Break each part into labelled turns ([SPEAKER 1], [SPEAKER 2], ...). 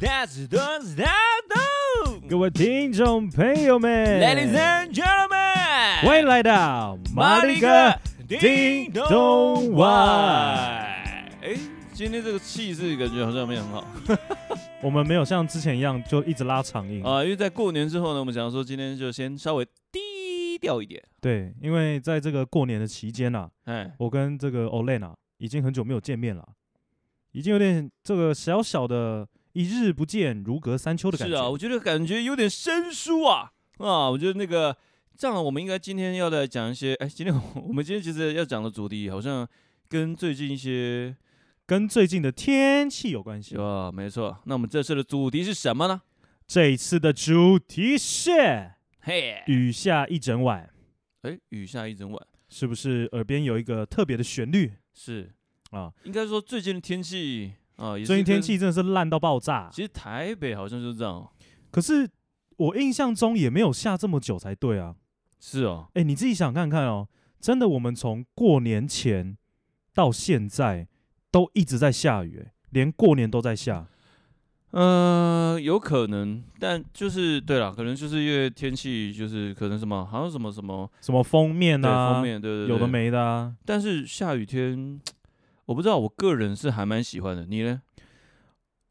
[SPEAKER 1] That's don't stop.
[SPEAKER 2] 各位听众朋友们
[SPEAKER 1] 嗯 Ladies and gentlemen，
[SPEAKER 2] 欢迎来到马里哥叮咚外。
[SPEAKER 1] 哎，今天这个气势感觉好像没有很好
[SPEAKER 2] 我们没有像之前一样就一直拉长音，
[SPEAKER 1] 啊，因为在过年之后呢，我们想说今天就先稍微低调一点。
[SPEAKER 2] 对，因为在这个过年的期间啊，
[SPEAKER 1] 哎，
[SPEAKER 2] 我跟这个 Olena 已经很久没有见面了，已经有点这个小小的一日不见如隔三秋的感
[SPEAKER 1] 是
[SPEAKER 2] 觉。
[SPEAKER 1] 啊，我觉得感觉有点生疏啊啊，我觉得那个这样，我们应该今天要来讲一些，哎，今天 我我们今天其实要讲的主题好像跟最近一些
[SPEAKER 2] 跟最近的天气有关系。
[SPEAKER 1] 啊，没错。那我们这次的主题是什么呢？
[SPEAKER 2] 这一次的主题是
[SPEAKER 1] 嘿，
[SPEAKER 2] 雨下一整晚，
[SPEAKER 1] 哎，雨下一整晚
[SPEAKER 2] 是不是耳边有一个特别的旋律
[SPEAKER 1] 是。
[SPEAKER 2] 啊？
[SPEAKER 1] 应该说最近的天气啊，也是
[SPEAKER 2] 最近天
[SPEAKER 1] 跟，
[SPEAKER 2] 气真的是烂到爆炸，
[SPEAKER 1] 其实台北好像就是这样哦。
[SPEAKER 2] 可是我印象中也没有下这么久才对啊。
[SPEAKER 1] 是哦，
[SPEAKER 2] 哎，你自己想看看哦，真的，我们从过年前到现在都一直在下雨，诶连过年都在下。
[SPEAKER 1] 呃，有可能，但就是对了，可能就是因为天气，就是可能什么，好像什么什么
[SPEAKER 2] 什么封面
[SPEAKER 1] 对
[SPEAKER 2] 啊，
[SPEAKER 1] 封面，对对对，
[SPEAKER 2] 有的。没的啊。
[SPEAKER 1] 但是下雨天，我不知道，我个人是还蛮喜欢的。你呢？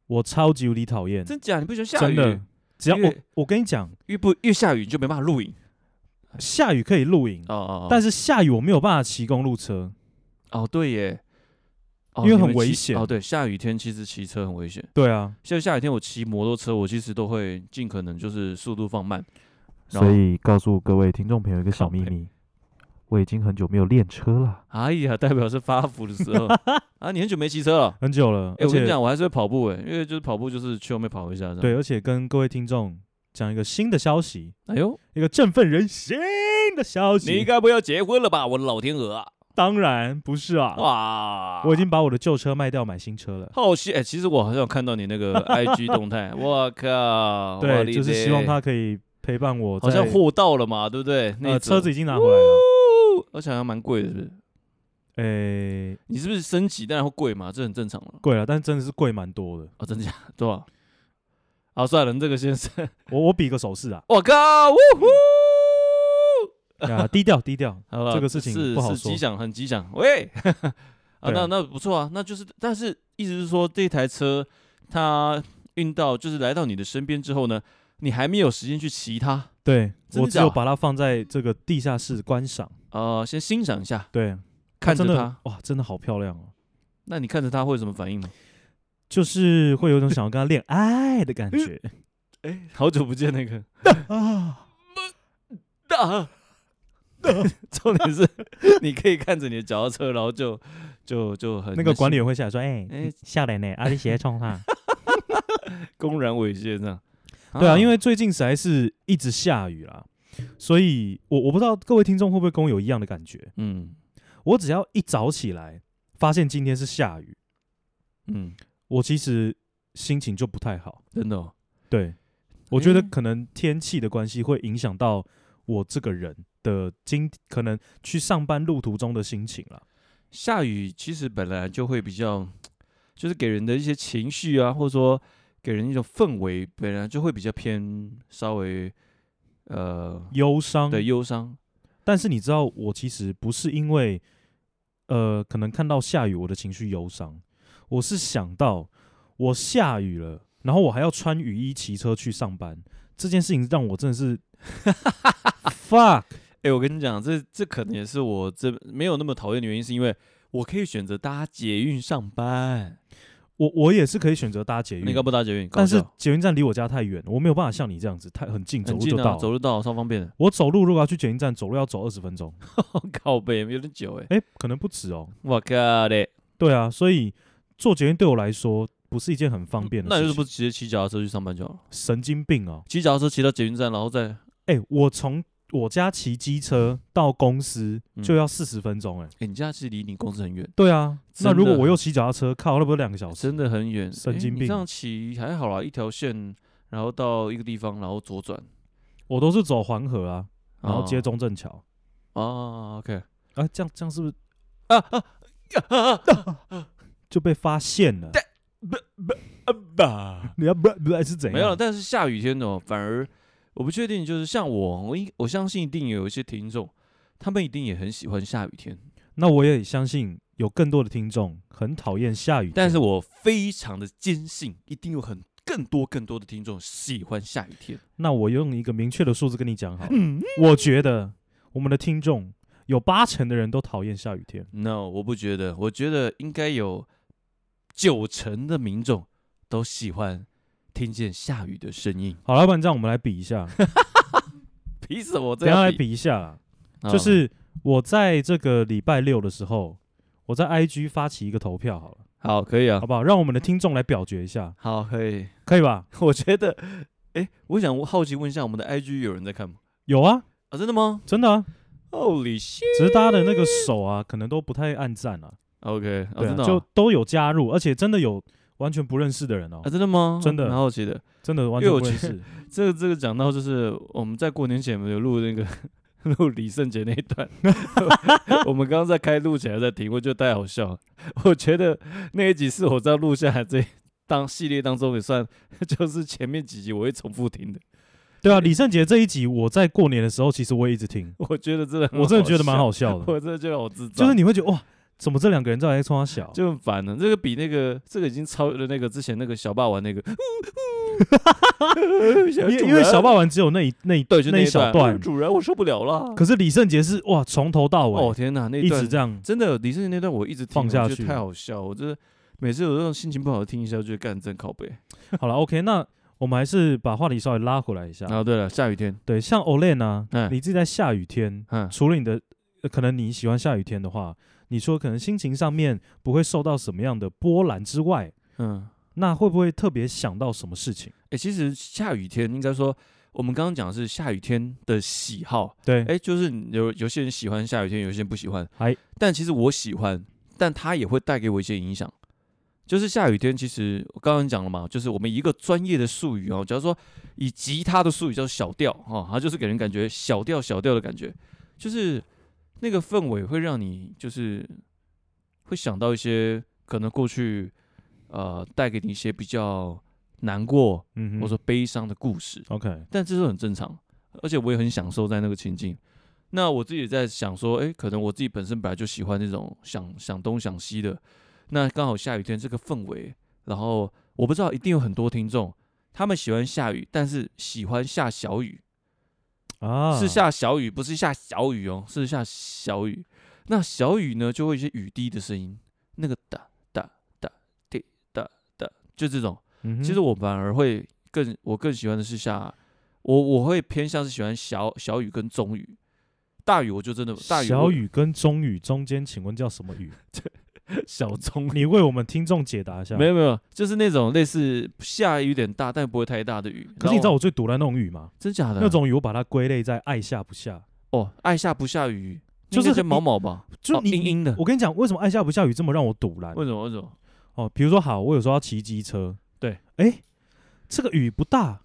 [SPEAKER 2] 我超级无敌讨厌，
[SPEAKER 1] 真假？你不喜欢下
[SPEAKER 2] 真
[SPEAKER 1] 雨？欸
[SPEAKER 2] 的，只要
[SPEAKER 1] 因
[SPEAKER 2] 我
[SPEAKER 1] 为
[SPEAKER 2] 我跟你讲，
[SPEAKER 1] 越不越下雨你就没办法录影。
[SPEAKER 2] 下雨可以露营，
[SPEAKER 1] 哎哦哦，哦
[SPEAKER 2] 但是下雨我没有办法骑公路车，
[SPEAKER 1] 哦对耶，哦
[SPEAKER 2] 因为
[SPEAKER 1] 你
[SPEAKER 2] 很
[SPEAKER 1] 们
[SPEAKER 2] 危
[SPEAKER 1] 骑
[SPEAKER 2] 险
[SPEAKER 1] 哦，对，下雨天其实骑车很危险。
[SPEAKER 2] 对啊，
[SPEAKER 1] 像下雨天我骑摩托车，我其实都会尽可能就是速度放慢。然后
[SPEAKER 2] 所以告诉各位听众朋友一个小秘
[SPEAKER 1] 靠
[SPEAKER 2] 密，我已经很久没有练车了，
[SPEAKER 1] 哎呀，代表是发福的 时候啊！你很久没骑车了。
[SPEAKER 2] 很久了。
[SPEAKER 1] 哎、
[SPEAKER 2] 而
[SPEAKER 1] 我跟
[SPEAKER 2] 且
[SPEAKER 1] 你讲，我还是会跑步哎、因为就是跑步就是去外面跑一下这样。，
[SPEAKER 2] 对，而且跟各位听众讲一个新的消息，
[SPEAKER 1] 哎呦，
[SPEAKER 2] 一个振奋人心的
[SPEAKER 1] 你
[SPEAKER 2] 消
[SPEAKER 1] 应
[SPEAKER 2] 息。
[SPEAKER 1] 该不要结婚了吧，我的老天鹅啊！
[SPEAKER 2] 当然不是啊，
[SPEAKER 1] 哇，
[SPEAKER 2] 我已经把我的旧车卖掉买新车了。
[SPEAKER 1] 好希哎、其实我好像有看到你那 个 IG 动态，我靠，我
[SPEAKER 2] 对，
[SPEAKER 1] 的
[SPEAKER 2] 就是希望它可以陪伴我在。
[SPEAKER 1] 好像货到了嘛，对不对？那
[SPEAKER 2] 呃
[SPEAKER 1] 一
[SPEAKER 2] 车
[SPEAKER 1] 则
[SPEAKER 2] 子，已经拿回来了。
[SPEAKER 1] 而且好像蛮贵的，是不是？
[SPEAKER 2] 诶，
[SPEAKER 1] 你是不是升级当然会贵嘛，这很正常了。
[SPEAKER 2] 贵啊了，但真的是贵蛮多的。
[SPEAKER 1] 哦，真假多少？好，算了，你这个先生， ，
[SPEAKER 2] 我我比个手势啊
[SPEAKER 1] 我靠，呜呼！
[SPEAKER 2] 啊，低调低调。
[SPEAKER 1] 好了，
[SPEAKER 2] 这个事情
[SPEAKER 1] 是
[SPEAKER 2] 不好
[SPEAKER 1] 是
[SPEAKER 2] 说
[SPEAKER 1] 吉祥，很吉祥。喂，啊，
[SPEAKER 2] 对
[SPEAKER 1] 那
[SPEAKER 2] 啊
[SPEAKER 1] 那不错啊，那就是，但是意思是说，这台车它运到就是来到你的身边之后呢，你还没有时间去骑它，
[SPEAKER 2] 对
[SPEAKER 1] 真的
[SPEAKER 2] 我只
[SPEAKER 1] 假
[SPEAKER 2] 有
[SPEAKER 1] 的
[SPEAKER 2] 把它放在这个地下室观赏。
[SPEAKER 1] 呃，先欣赏一下，
[SPEAKER 2] 对，
[SPEAKER 1] 看着
[SPEAKER 2] 啊真
[SPEAKER 1] 它
[SPEAKER 2] 的。哇，真的好漂亮哦，
[SPEAKER 1] 那你看着它会有什么反应呢？
[SPEAKER 2] 就是会有一种想要跟他恋爱的 感觉
[SPEAKER 1] 哎，好久不见那 个
[SPEAKER 2] 啊。
[SPEAKER 1] 大。 重点是，你可以看着你的脚踏车，然后就就就很
[SPEAKER 2] 那个管
[SPEAKER 1] 理
[SPEAKER 2] 理员会下来说：“哎、
[SPEAKER 1] 哎
[SPEAKER 2] 笑脸呢？阿里鞋 冲他。
[SPEAKER 1] 公然猥亵这样。”
[SPEAKER 2] 对
[SPEAKER 1] 哦
[SPEAKER 2] 啊，因为最近实在是一直下雨啦，所以我我不知道各位听众会不会跟我有一样的感觉。
[SPEAKER 1] 嗯
[SPEAKER 2] 我只要一早起来发现今天是下雨，
[SPEAKER 1] 嗯，
[SPEAKER 2] 我其实心情就不太好。
[SPEAKER 1] 真的哦、
[SPEAKER 2] 对，我觉得
[SPEAKER 1] 哎
[SPEAKER 2] 可能天气的关系会影响到我这个人的今可能去上班路途中的心情啦。
[SPEAKER 1] 下雨其实本来就会比较，就是给人的一些情绪啊，或者说给人一种氛围，本来就会比较偏稍微呃
[SPEAKER 2] 忧伤
[SPEAKER 1] 的忧伤。
[SPEAKER 2] 但是你知道，我其实不是因为，呃，可能看到下雨我的情绪忧伤，我是想到我下雨了，然后我还要穿雨衣骑车去上班，这件事情让我真 的是 fuck，
[SPEAKER 1] 哎、我跟你讲，这这可能也是我这没有那么讨厌的原因，是因为我可以选择搭捷运上班。
[SPEAKER 2] 我我也是可以选择搭捷
[SPEAKER 1] 你
[SPEAKER 2] 运
[SPEAKER 1] 干，不搭捷运？
[SPEAKER 2] 但是
[SPEAKER 1] 搞笑
[SPEAKER 2] 捷运站离我家太远，我没有办法像你这样子，太很近，走
[SPEAKER 1] 很
[SPEAKER 2] 路就
[SPEAKER 1] 近啊，
[SPEAKER 2] 到。
[SPEAKER 1] 走路到超方便 的。
[SPEAKER 2] 我走路如果要去捷运站，走路要走二十分钟，
[SPEAKER 1] 靠背有点久 哎、
[SPEAKER 2] 哎、可能不止哦。
[SPEAKER 1] 我哦靠嘞！
[SPEAKER 2] 对啊，所以坐捷运对我来说不是一件很方便的
[SPEAKER 1] 那你
[SPEAKER 2] 事
[SPEAKER 1] 就是
[SPEAKER 2] 情。
[SPEAKER 1] 不直接骑脚踏车去上班就好了？
[SPEAKER 2] 神经病哦！
[SPEAKER 1] 骑脚踏车骑到捷运站，然后再欸
[SPEAKER 2] 哎、我从我家骑机车到公司
[SPEAKER 1] 嗯
[SPEAKER 2] 就要四十分钟、哎、
[SPEAKER 1] 哎、你家是离你公司很远。
[SPEAKER 2] 对啊，
[SPEAKER 1] 真
[SPEAKER 2] 那
[SPEAKER 1] 的
[SPEAKER 2] 如果我又骑脚踏车，靠，那不是两个小时？
[SPEAKER 1] 哦真的很远，
[SPEAKER 2] 神
[SPEAKER 1] 诶
[SPEAKER 2] 经
[SPEAKER 1] 你
[SPEAKER 2] 病
[SPEAKER 1] 这样骑还好啦，一条线，然后到一个地方，然后左转，
[SPEAKER 2] 我都是走黄河啊，然后接
[SPEAKER 1] 走
[SPEAKER 2] 中正桥、
[SPEAKER 1] 啊，OK，
[SPEAKER 2] 啊，这样这样是不是
[SPEAKER 1] 啊啊啊啊！
[SPEAKER 2] 就被发现了？
[SPEAKER 1] 吧，
[SPEAKER 2] 你要不不是怎样？
[SPEAKER 1] 没有，但是下雨天哦，反而我不确定，就是像我，我应我相信一定有一些听众，他们一定也很喜欢下雨天，
[SPEAKER 2] 那我也相信有更多的听众很讨厌下雨天，
[SPEAKER 1] 但是我非常的坚信，一定有很更多更多的听众喜欢下雨天。
[SPEAKER 2] 那我用一个明确的数字跟你讲好了，
[SPEAKER 1] 嗯
[SPEAKER 2] 我觉得我们的听众有八成的人都讨厌下雨天，
[SPEAKER 1] ，no，我不觉得，我觉得应该有九成的民众都喜欢听见下雨的声音。
[SPEAKER 2] 好，要不然这样我们来比一下，
[SPEAKER 1] 凭什么 这
[SPEAKER 2] 等一下
[SPEAKER 1] 样
[SPEAKER 2] 来
[SPEAKER 1] 比？
[SPEAKER 2] 比一下啦，
[SPEAKER 1] 啊
[SPEAKER 2] 就是我在这个礼拜六的时候，我在 IG 发起一个投票好了，
[SPEAKER 1] 好，可以啊
[SPEAKER 2] 好，不好？让我们的听众来表决一下，
[SPEAKER 1] 好，可以。
[SPEAKER 2] 可以吧？
[SPEAKER 1] 我觉得，哎，我想我好奇问一下，我们的 IG 有人在看吗？
[SPEAKER 2] 有啊，
[SPEAKER 1] 啊，真的吗
[SPEAKER 2] 真的啊，
[SPEAKER 1] ？Holy shit！
[SPEAKER 2] 只是大家的那个手啊，可能都不太按赞啊，
[SPEAKER 1] OK，啊，
[SPEAKER 2] 对啊
[SPEAKER 1] 真的哦
[SPEAKER 2] 就都有加入，而且真的有完全不认识的人哦
[SPEAKER 1] 啊，，真的吗？
[SPEAKER 2] 真的
[SPEAKER 1] 蛮好奇的。
[SPEAKER 2] 真的完全
[SPEAKER 1] 因为我
[SPEAKER 2] 不认
[SPEAKER 1] 觉得
[SPEAKER 2] 识。
[SPEAKER 1] 这个这个讲到就是我们在过年前有录那个 录李圣杰那一段， 我们刚刚在开录前还在听，我觉得太好笑了。我觉得那一集是我在录下来这一当系列当中也算，就是前面几集我会重复听的。
[SPEAKER 2] 对啊，李圣杰这一集，我在过年的时候，其实我也一直听，
[SPEAKER 1] 我觉得真的很
[SPEAKER 2] 我真的觉得蛮
[SPEAKER 1] 好
[SPEAKER 2] 好笑
[SPEAKER 1] 笑，
[SPEAKER 2] 的。
[SPEAKER 1] 我真的觉得好智障，
[SPEAKER 2] 就是你会觉得哇，怎么这两个人在来冲他小？
[SPEAKER 1] 啊就很烦了。这个比那个这个已经超越了那个之前那个小霸王那个， 想
[SPEAKER 2] 因为
[SPEAKER 1] 主
[SPEAKER 2] 因为
[SPEAKER 1] 人
[SPEAKER 2] 小霸王只有那一那一
[SPEAKER 1] 对，就
[SPEAKER 2] 那
[SPEAKER 1] 一
[SPEAKER 2] 小
[SPEAKER 1] 段，
[SPEAKER 2] 段
[SPEAKER 1] 哦， 主人我受不了了。
[SPEAKER 2] 可是李圣杰是哇，从头到
[SPEAKER 1] 哦
[SPEAKER 2] 尾
[SPEAKER 1] 天哪，那
[SPEAKER 2] 一
[SPEAKER 1] 段
[SPEAKER 2] 直这样。
[SPEAKER 1] 真的李圣杰那段我一直听
[SPEAKER 2] 放
[SPEAKER 1] 我
[SPEAKER 2] 下
[SPEAKER 1] 觉得
[SPEAKER 2] 去
[SPEAKER 1] 太好笑，我真的每次有这种心情不好听一下，就觉得干真靠背。
[SPEAKER 2] 好了，OK，那我们还是把话题稍微拉回来一下
[SPEAKER 1] 然。后对了，下雨天，
[SPEAKER 2] 对，像 Olen 啊
[SPEAKER 1] 啊嗯，
[SPEAKER 2] 你自己在下雨天，
[SPEAKER 1] 嗯，
[SPEAKER 2] 除了你的呃可能你喜欢下雨天的话，你说可能心情上面不会受到什么样的波澜之外，
[SPEAKER 1] 嗯，
[SPEAKER 2] 那会不会特别想到什么事情？
[SPEAKER 1] 哎、其实下雨天应该说，我们刚刚讲的是下雨天的喜好，
[SPEAKER 2] 对
[SPEAKER 1] 哎、，就是有有些人喜欢下雨天，有些人不喜欢
[SPEAKER 2] 哎，
[SPEAKER 1] 但其实我喜欢，但它也会带给我一些影响。就是下雨天，其实我刚刚讲了嘛，就是我们一个专业的术语哦，假如说以吉他的术语叫小调哦，它就是给人感觉小调小调的感觉，就是那个氛围会让你就是会想到一些可能过去呃带给你一些比较难过
[SPEAKER 2] 嗯哼，
[SPEAKER 1] 或者说悲伤的故事，
[SPEAKER 2] OK，
[SPEAKER 1] 但这是很正常，而且我也很享受在那个情境。那我自己也在想说，诶，可能我自己本身本来就喜欢那种想想东想西的，那刚好下雨天这个氛围，然后我不知道一定有很多听众，他们喜欢下雨，但是喜欢下小雨，
[SPEAKER 2] 啊，
[SPEAKER 1] 是下小雨，不是下小雨哦，是下小雨。那小雨呢，就会有一些雨滴的声音，那个哒哒哒滴哒哒，就这种。
[SPEAKER 2] 嗯哼，
[SPEAKER 1] 其实我反而会更，我更喜欢的是下，我我会偏向是喜欢小小雨跟中雨，大雨我就真的大雨
[SPEAKER 2] 小
[SPEAKER 1] 我
[SPEAKER 2] 雨跟中雨中间，请问叫什么雨？
[SPEAKER 1] 小中雨，
[SPEAKER 2] 你为我们听众解答一下。
[SPEAKER 1] 没，有没有，就是那种类似下有点大但不会太大的雨。
[SPEAKER 2] 可是你
[SPEAKER 1] 然
[SPEAKER 2] 知道
[SPEAKER 1] 后
[SPEAKER 2] 我最毒的那种雨吗？
[SPEAKER 1] 真假的
[SPEAKER 2] 那种雨我把它归类在爱下不下。
[SPEAKER 1] 哦，爱下不下雨，
[SPEAKER 2] 就
[SPEAKER 1] 应该
[SPEAKER 2] 是嗯
[SPEAKER 1] 叫毛毛吧？
[SPEAKER 2] 就
[SPEAKER 1] 哦
[SPEAKER 2] 你
[SPEAKER 1] 阴阴的
[SPEAKER 2] 我跟你讲，为什么爱下不下雨这么让我堵然？
[SPEAKER 1] 为什么为什么？
[SPEAKER 2] 哦，比如说好，我有时候要骑机车，
[SPEAKER 1] 对，
[SPEAKER 2] 哎，这个雨不大，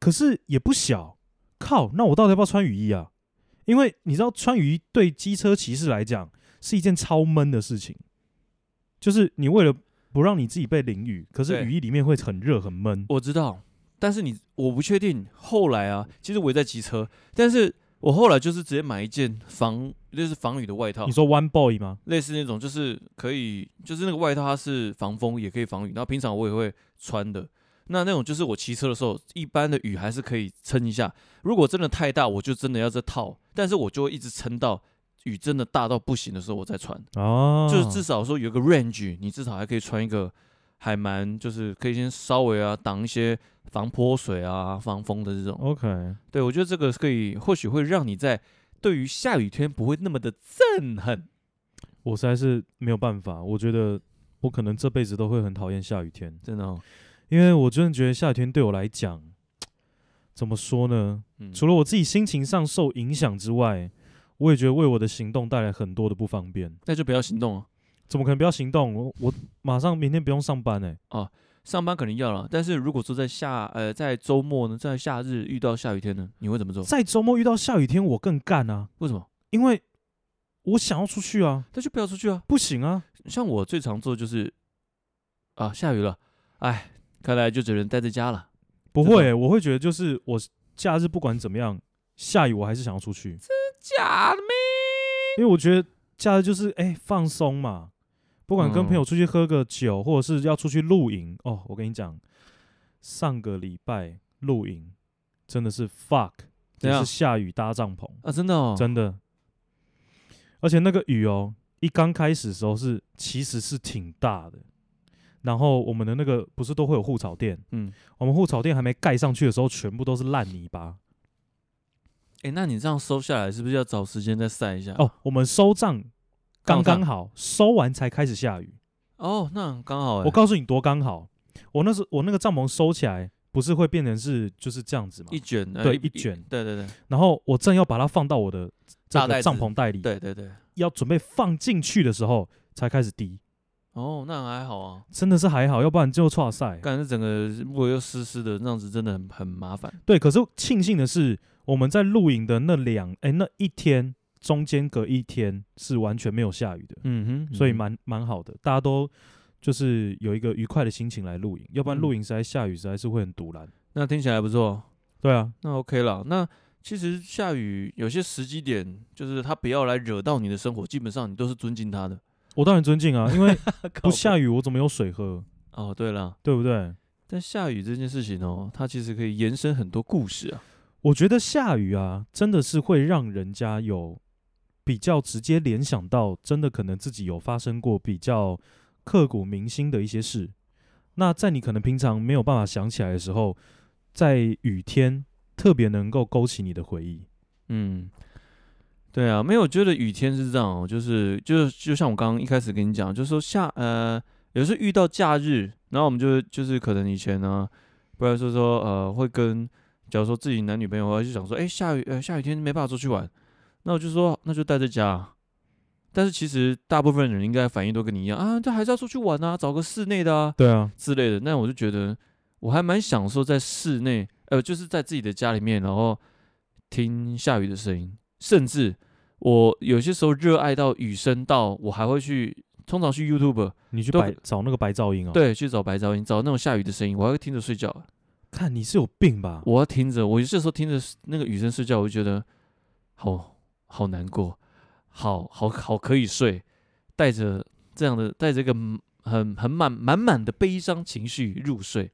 [SPEAKER 2] 可是也不小，靠，那我到底要不要穿雨衣啊？因为你知道，穿雨衣对机车骑士来讲是一件超闷的事情，就是你为了不让你自己被淋雨，可是
[SPEAKER 1] 对哦
[SPEAKER 2] 雨衣里面会很热很闷。
[SPEAKER 1] 我知道，但是你我不确定后来啊，其实我也在骑车，但是我后来就是直接买一件防类似防雨的外套
[SPEAKER 2] 你。说 One Boy 吗？
[SPEAKER 1] 类似那种，就是可以，就是那个外套它是防风也可以防雨，然后平常我也会穿的。那那种就是我骑车的时候，一般的雨还是可以撑一下。如果真的太大，我就真的要再套，但是我就会一直撑到雨真的大到不行的时候我再穿。
[SPEAKER 2] 哦，
[SPEAKER 1] 就是至少说有一个 range，你至少还可以穿一个还蛮就是可以先稍微啊挡一些防泼水啊、防风的这种。
[SPEAKER 2] OK，
[SPEAKER 1] 对我觉得这个是可以，或许会让你在对于下雨天不会那么的憎恨。
[SPEAKER 2] 我实在是没有办法，我觉得我可能这辈子都会很讨厌下雨天，
[SPEAKER 1] 真的哦，
[SPEAKER 2] 因为我真的觉得下雨天对我来讲，怎么说呢？
[SPEAKER 1] 嗯
[SPEAKER 2] 除了我自己心情上受影响之外，我也觉得为我的行动带来很多的不方便。
[SPEAKER 1] 那就不要行动啊。
[SPEAKER 2] 怎么可能不要行动？我我马上明天不用上班哎、
[SPEAKER 1] 上班肯定要了，但是如果说在夏呃在周末呢，在夏日遇到下雨天呢，你会怎么做？
[SPEAKER 2] 在周末遇到下雨天，我更干啊，
[SPEAKER 1] 为什么？
[SPEAKER 2] 因为我想要出去啊，
[SPEAKER 1] 那就不要出去啊！
[SPEAKER 2] 不行啊，
[SPEAKER 1] 像我最常做就是啊，下雨了，哎，看来就只能待在家了。
[SPEAKER 2] 不
[SPEAKER 1] 真的
[SPEAKER 2] 会、我会觉得就是我假日不管怎么样，下雨我还是想要出去，
[SPEAKER 1] 假的咩？
[SPEAKER 2] 因为我觉得假日就是哎、放松嘛，不管跟朋
[SPEAKER 1] 嗯
[SPEAKER 2] 友出去喝个酒，或者是要出去露营哦。我跟你讲，上个礼拜露营真的是 fuck，
[SPEAKER 1] 怎
[SPEAKER 2] 就
[SPEAKER 1] 样
[SPEAKER 2] 是下雨搭帐篷，
[SPEAKER 1] 啊，真的哦，
[SPEAKER 2] 真的。而且那个雨哦，一刚开始的时候是其实是挺大的，然后我们的那个不是都会有护草垫，
[SPEAKER 1] 嗯，
[SPEAKER 2] 我们护草垫还没盖上去的时候，全部都是烂泥
[SPEAKER 1] 啊
[SPEAKER 2] 巴。
[SPEAKER 1] 哎、那你这样收下来，是不是要找时间再晒一下？
[SPEAKER 2] 哦，我们收帐刚
[SPEAKER 1] 刚
[SPEAKER 2] 刚好，收完才开始下雨。
[SPEAKER 1] 哦，那很刚好哎、
[SPEAKER 2] 我告诉你多刚好，我那时我那个帐篷收起来，不是会变成是就是这样子嘛
[SPEAKER 1] 一？卷，呃
[SPEAKER 2] 对一卷
[SPEAKER 1] 对对对
[SPEAKER 2] 然后我正要把它放到我的这
[SPEAKER 1] 大袋
[SPEAKER 2] 个
[SPEAKER 1] 子
[SPEAKER 2] 帐篷袋里，
[SPEAKER 1] 对对对，
[SPEAKER 2] 要准备放进去的时候才开始滴，
[SPEAKER 1] 哦，那还好啊，
[SPEAKER 2] 真的是还好，要不然就错赛。
[SPEAKER 1] 感觉整个如果又湿湿的，那样子真的很很麻烦。
[SPEAKER 2] 对，可是庆幸的是，我们在露营的那两哎那一天中间隔一天是完全没有下雨的，
[SPEAKER 1] 嗯哼
[SPEAKER 2] 所以蛮蛮好的，大家都。就是有一个愉快的心情来露营，要不然
[SPEAKER 1] 嗯
[SPEAKER 2] 露营实在下雨实在是会很堵然。
[SPEAKER 1] 那听起来不错，哦
[SPEAKER 2] 对啊，
[SPEAKER 1] 那 OK 了。那其实下雨有些时机点，就是他不要来惹到你的生活，基本上你都是尊敬他的。
[SPEAKER 2] 我当然尊敬啊，因为不下
[SPEAKER 1] 雨
[SPEAKER 2] 雨我怎么有水喝？
[SPEAKER 1] 哦，对了，
[SPEAKER 2] 对不对？
[SPEAKER 1] 但下雨这件事情哦，它其实可以延伸很多故事啊。
[SPEAKER 2] 我觉得下雨啊，真的是会让人家有比较直接联想到，真的可能自己有发生过比较刻骨铭心的一些事。那在你可能平常没有办法想起来的时候，在雨天特别能够勾起你的回忆。
[SPEAKER 1] 嗯，对啊，没有我觉得雨天是这样哦，就是就是就像我刚刚一开始跟你讲，就是说下呃，有时候遇到假日，然后我们就就是可能以前呢、不然说说呃会跟，假如说自己男女朋友，就想说，哎，下雨呃下雨天没办法出去玩，那我就说那就待在家。但是其实大部分人应该反应都跟你一样啊，这还是要出去玩啊，找个室内的啊
[SPEAKER 2] 对啊，
[SPEAKER 1] 之类的。那我就觉得我还蛮享受在室内，呃，就是在自己的家里面，然后听下雨的声音，甚至我有些时候热爱到雨声到我还会去，通常去 YouTube
[SPEAKER 2] 你去
[SPEAKER 1] 都
[SPEAKER 2] 白找那个白噪音啊、，
[SPEAKER 1] 对去找白噪音，找那种下雨的声音，我还会听着睡觉。
[SPEAKER 2] 看你是有病吧？
[SPEAKER 1] 我要听着，我有些时候听着那个雨声睡觉，我就觉得好好难过，好好好可以睡，带着这样的带着一个嗯很很满满满的悲伤情绪入睡。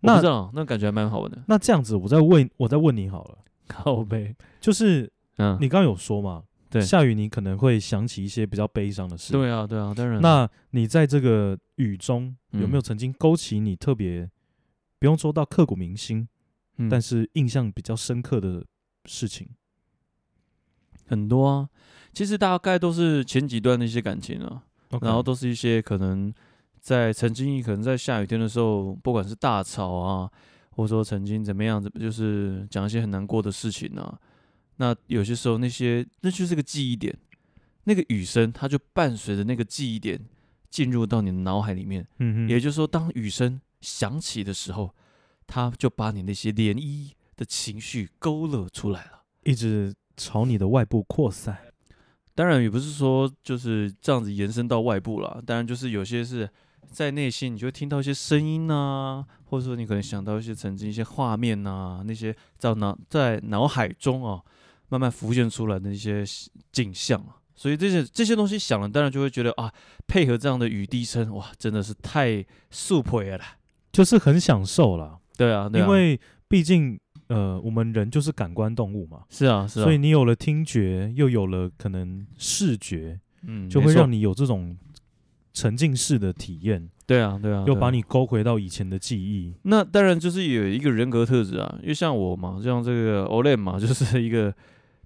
[SPEAKER 1] 我
[SPEAKER 2] 那
[SPEAKER 1] 不知道，那感觉还蛮好玩的。
[SPEAKER 2] 那这样子，我再问，我再问你好了，
[SPEAKER 1] 靠背，
[SPEAKER 2] 就是
[SPEAKER 1] 嗯，
[SPEAKER 2] 你刚刚有说嘛，
[SPEAKER 1] 对
[SPEAKER 2] 下雨你可能会想起一些比较悲伤的事。
[SPEAKER 1] 对啊，对啊，当然。
[SPEAKER 2] 那你在这个雨中
[SPEAKER 1] 嗯
[SPEAKER 2] 有没有曾经勾起你特别，不用说到刻骨铭心，
[SPEAKER 1] 嗯
[SPEAKER 2] 但是印象比较深刻的事情？
[SPEAKER 1] 很多啊，其实大概都是前几段的一些感情啊。然后
[SPEAKER 2] OK
[SPEAKER 1] 都是一些可能在曾经可能在下雨天的时候，不管是大吵啊，或者说曾经怎么样子，就是讲一些很难过的事情啊。那有些时候那些那就是个记忆点，那个雨声它就伴随着那个记忆点进入到你的脑海里面。
[SPEAKER 2] 嗯哼，
[SPEAKER 1] 也就是说，当雨声响起的时候，它就把你那些涟漪的情绪勾勒出来了。
[SPEAKER 2] 一直朝你的外部扩散。
[SPEAKER 1] 当然也不是说就是这样子延伸到外部啦，当然就是有些是在内心，你就会听到一些声音啊，或者说你可能想到一些曾经一些画面啊，那些在脑在脑海中啊慢慢浮现出来的一些景象啊。所以这些这些东西想了，当然就会觉得啊，配合这样的雨滴声，哇，真的是太速配了啦。
[SPEAKER 2] 就是很享受啦，
[SPEAKER 1] 对啊，对啊
[SPEAKER 2] 因为毕竟呃，我们人就是感官动物嘛，
[SPEAKER 1] 是啊，是啊，
[SPEAKER 2] 所以你有了听觉，又有了可能视觉，
[SPEAKER 1] 嗯，
[SPEAKER 2] 就会让
[SPEAKER 1] 你
[SPEAKER 2] 你有这种沉浸式的体验，
[SPEAKER 1] 对啊，对啊，对
[SPEAKER 2] 又
[SPEAKER 1] 啊
[SPEAKER 2] 把你勾回到以前的记忆。
[SPEAKER 1] 那当然就是有一个人格特质啊，因为像我嘛，像这个 Olen 嘛， 就是一个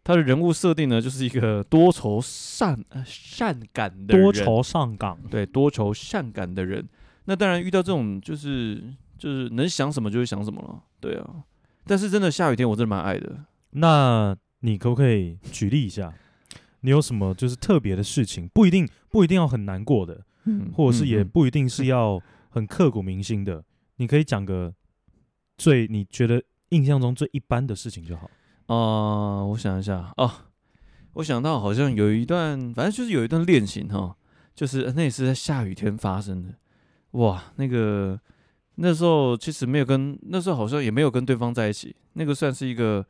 [SPEAKER 1] 他的人物设定呢，就是一个多愁善呃善感的人
[SPEAKER 2] 多愁善感，啊
[SPEAKER 1] 对多愁善感的人。那当然遇到这种就是就是能想什么就会想什么了，对啊。但是真的下雨天我真的蛮爱的。
[SPEAKER 2] 那你可不可以举例一下，你有什么就是特别的事情？不一定，不一定要很难过的，
[SPEAKER 1] 嗯
[SPEAKER 2] 或者是也
[SPEAKER 1] 嗯
[SPEAKER 2] 不一定是要很刻骨铭心的。你可以讲个最你觉得印象中最一般的事情就好。
[SPEAKER 1] 啊、我想一下哦，我想到好像有一段，反正就是有一段恋情哈，就是呃那也是在下雨天发生的。哇，那个那时候其实没有跟那时候好像也没有跟对方在一起，那个算是一个，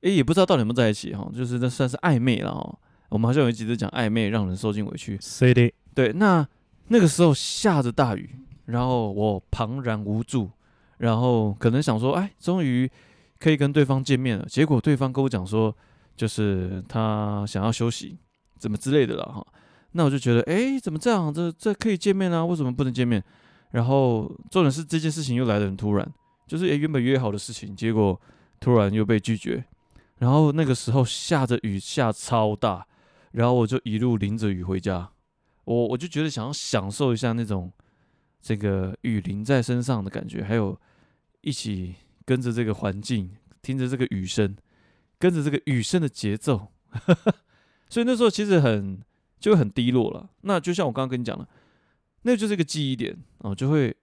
[SPEAKER 1] 诶、也不知道到底有没有在一起哈，就是那算是暧昧了哈。我们好像有一集在讲暧昧，让人受尽委屈。
[SPEAKER 2] C D，
[SPEAKER 1] 对，那那个时候下着大雨，然后我庞然无助，然后可能想说，哎，终于可以跟对方见面了。结果对方跟我讲说，就是他想要休息，怎么之类的了哈。那我就觉得，哎，怎么这样？这这可以见面啊？为什么不能见面？然后重点是这件事情又来得很突然，就是哎原本约好的事情，结果突然又被拒绝。然后那个时候下着雨，下超大，然后我就一路淋着雨回家。我我就觉得想要享受一下那种这个雨淋在身上的感觉，还有一起跟着这个环境，听着这个雨声，跟着这个雨声的节奏， 所以那时候其实很就会很低落了。那就像我刚刚跟你讲了，那就是一个记忆点哦，就会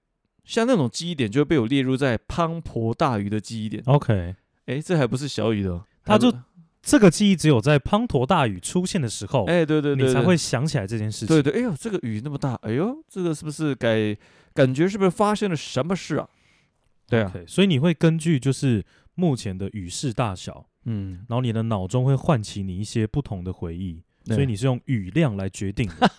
[SPEAKER 1] 像那种记忆点就会被我列入在滂沱大雨的记忆点。
[SPEAKER 2] OK，
[SPEAKER 1] 诶，这还不是小雨的哦，
[SPEAKER 2] 它就
[SPEAKER 1] 还不
[SPEAKER 2] 这个记忆只有在滂沱大雨出现的时候，
[SPEAKER 1] 诶，哎对对对，
[SPEAKER 2] 你才
[SPEAKER 1] 对
[SPEAKER 2] 会想起来这件事情。
[SPEAKER 1] 对对，哎呦，这个雨那么大，哎呦，这个是不是该感觉是不是发生了什么事啊？对啊
[SPEAKER 2] OK，所以你会根据就是目前的雨势大小，
[SPEAKER 1] 嗯，
[SPEAKER 2] 然后你的脑中会唤起你一些不同的回忆，所以你是用雨量来决定的。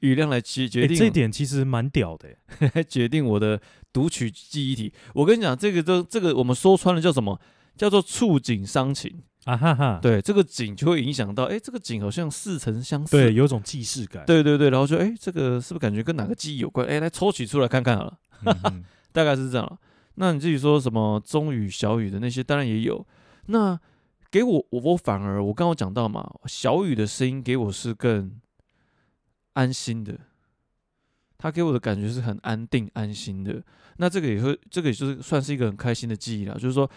[SPEAKER 1] 雨量来决决
[SPEAKER 2] 诶
[SPEAKER 1] 定、
[SPEAKER 2] 这一点其实蛮屌的、诶
[SPEAKER 1] 来 决定我的读取记忆体。我跟你讲，这个都这个我们说穿了叫什么？叫做触景伤情。
[SPEAKER 2] 啊哈哈，
[SPEAKER 1] 对，这个景就会影响到，哎，这个景好像似曾相识。
[SPEAKER 2] 对，有一种既视感。
[SPEAKER 1] 对对对然后就哎，这个是不是感觉跟哪个记忆有关？哎，来抽取出来看看好了。
[SPEAKER 2] 嗯 哼，
[SPEAKER 1] 大概是这样了。那你自己说什么中雨、小雨的那些，当然也有。那给我，我我反而我刚刚讲到嘛，小雨的声音给我是更安心的，它给我的感觉是很安定、安心的。那这个也会，这个也就是算是一个很开心的记忆了。就是说，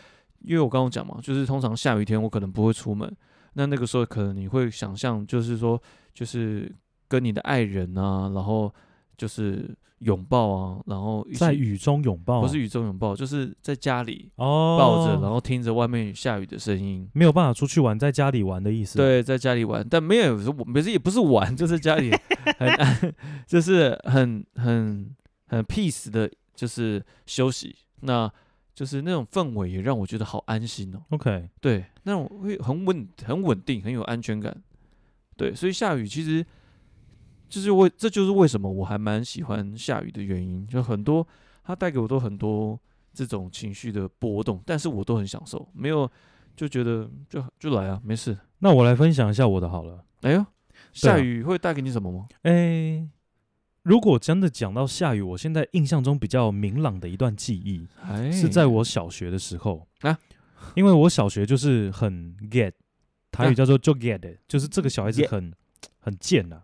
[SPEAKER 1] 因为我刚刚讲嘛，就是通常下雨天我可能不会出门，那那个时候可能你会想象，就是说，就是跟你的爱人啊，然后就是拥抱啊，然后一起
[SPEAKER 2] 在雨中拥抱，
[SPEAKER 1] 不是雨中拥抱，就是在家里
[SPEAKER 2] 哦，
[SPEAKER 1] 抱着，然后听着外面下雨的声音。
[SPEAKER 2] 没有办法出去玩，在家里玩的意思。，
[SPEAKER 1] 对，在家里玩，但没有，我不是也不是玩， 就是家里很 安，就是很很很 peace 的，就是休息。那就是那种氛围也让我觉得好安心哦。
[SPEAKER 2] OK，
[SPEAKER 1] 对，那种会很稳、很稳定、很有安全感。对，所以下雨其实就是为，这就是为什么我还蛮喜欢下雨的原因，就很多它带给我都很多这种情绪的波动，但是我都很享受，没有就觉得就就来啊，没事。
[SPEAKER 2] 那我来分享一下我的好了。
[SPEAKER 1] 哎呦，
[SPEAKER 2] 对
[SPEAKER 1] 下
[SPEAKER 2] 啊
[SPEAKER 1] 雨会带给你什么吗？
[SPEAKER 2] 诶，如果真的讲到下雨，我现在印象中比较明朗的一段记忆
[SPEAKER 1] 哎，
[SPEAKER 2] 是在我小学的时候
[SPEAKER 1] 啊，
[SPEAKER 2] 因为我小学就是很 get，台
[SPEAKER 1] 啊
[SPEAKER 2] 语叫做就 get，的就是这个小孩子
[SPEAKER 1] Get
[SPEAKER 2] 很很贱呐、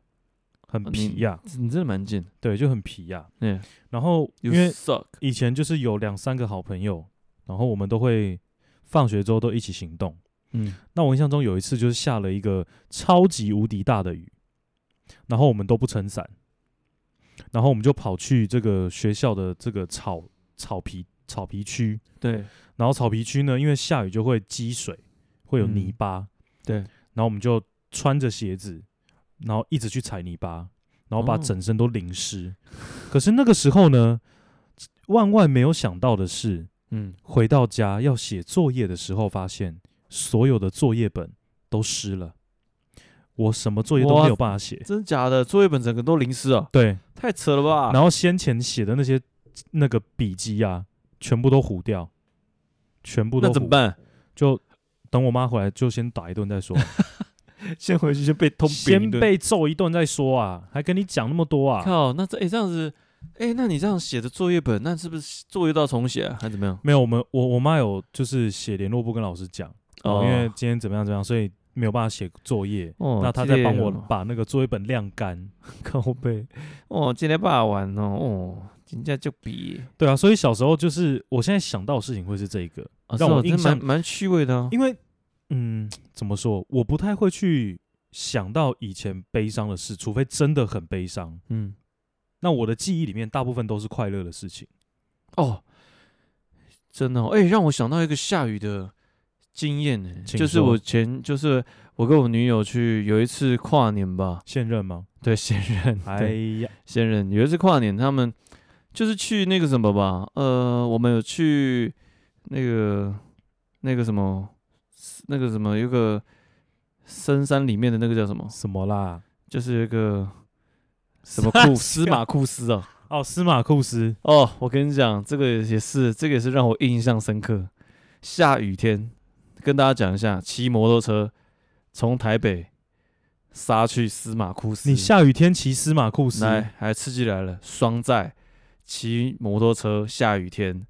[SPEAKER 2] 很皮呀、
[SPEAKER 1] 你真的蛮贱的。
[SPEAKER 2] 对，就很皮呀、
[SPEAKER 1] 嗯，
[SPEAKER 2] 然后
[SPEAKER 1] you
[SPEAKER 2] 因为
[SPEAKER 1] suck。
[SPEAKER 2] 以前就是有两三个好朋友，然后我们都会放学之后都一起行动。
[SPEAKER 1] 嗯，
[SPEAKER 2] 那我印象中有一次就是下了一个超级无敌大的雨，然后我们都不撑伞，然后我们就跑去这个学校的这个草草皮草皮区，
[SPEAKER 1] 对
[SPEAKER 2] 然后草皮区呢，因为下雨就会积水，会有泥
[SPEAKER 1] 嗯
[SPEAKER 2] 巴，
[SPEAKER 1] 对，
[SPEAKER 2] 然后我们就穿着鞋子，然后一直去踩泥巴，然后把
[SPEAKER 1] 哦
[SPEAKER 2] 整身都淋湿。可是那个时候呢，万万没有想到的是，
[SPEAKER 1] 嗯，
[SPEAKER 2] 回到家要写作业的时候，发现所有的作业本都湿了，我什么作业都
[SPEAKER 1] 哇
[SPEAKER 2] 没有办法写。
[SPEAKER 1] 真的假的？作业本整个都淋湿啊，
[SPEAKER 2] 对，
[SPEAKER 1] 太扯了吧？
[SPEAKER 2] 然后先前写的那些那个笔记啊，全部都糊掉，全部都
[SPEAKER 1] 那怎么
[SPEAKER 2] 糊？
[SPEAKER 1] 办？
[SPEAKER 2] 就等我妈回来，就先打一顿再说，
[SPEAKER 1] 先回去先被 通扁
[SPEAKER 2] 先
[SPEAKER 1] 一顿
[SPEAKER 2] 被揍一顿再说啊，还跟你讲那么多啊？
[SPEAKER 1] 靠，那这哎、这样子，哎、那你这样写的作业本，那是不是作业都要重写、啊，还怎么样？
[SPEAKER 2] 没有，我们我我妈有就是写联络簿跟老师讲，哦，因为今天怎么样怎么样，所以没有办法写作业。
[SPEAKER 1] 哦
[SPEAKER 2] 那她在帮我把那个作业本晾干。
[SPEAKER 1] 靠背，哦，今天爸玩哦，哦，今天就比
[SPEAKER 2] 对啊，所以小时候就是我现在想到的事情会是这个，
[SPEAKER 1] 啊，
[SPEAKER 2] 让我
[SPEAKER 1] 是哦
[SPEAKER 2] 印
[SPEAKER 1] 这蛮
[SPEAKER 2] 象
[SPEAKER 1] 蛮趣味的、啊，
[SPEAKER 2] 因为嗯，怎么说，我不太会去想到以前悲伤的事，除非真的很悲伤。
[SPEAKER 1] 嗯，
[SPEAKER 2] 那我的记忆里面大部分都是快乐的事情。
[SPEAKER 1] 哦，真的、哦，哎、让我想到一个下雨的经验呢、
[SPEAKER 2] 请
[SPEAKER 1] 就是
[SPEAKER 2] 说
[SPEAKER 1] 我前就是我跟我女友去有一次跨年吧，
[SPEAKER 2] 现任吗？
[SPEAKER 1] 对，现任，
[SPEAKER 2] 哎
[SPEAKER 1] 对
[SPEAKER 2] 呀，
[SPEAKER 1] 仙人有一次跨年，他们就是去那个什么吧，呃，我们有去那个那个什么那个什么有个深山里面的那个叫什么，
[SPEAKER 2] 什么啦？
[SPEAKER 1] 就是有一个什么
[SPEAKER 2] 傻
[SPEAKER 1] 库司
[SPEAKER 2] 笑
[SPEAKER 1] 马库斯啊。
[SPEAKER 2] 哦，司马库斯，
[SPEAKER 1] 哦，我跟你讲，这个也是，这个也是让我印象深刻。下雨天，跟大家讲一下，骑摩托车从台北杀去司马库斯，
[SPEAKER 2] 你下雨天骑司马库斯，
[SPEAKER 1] 来，还刺激来了，双载骑摩托车，下雨天，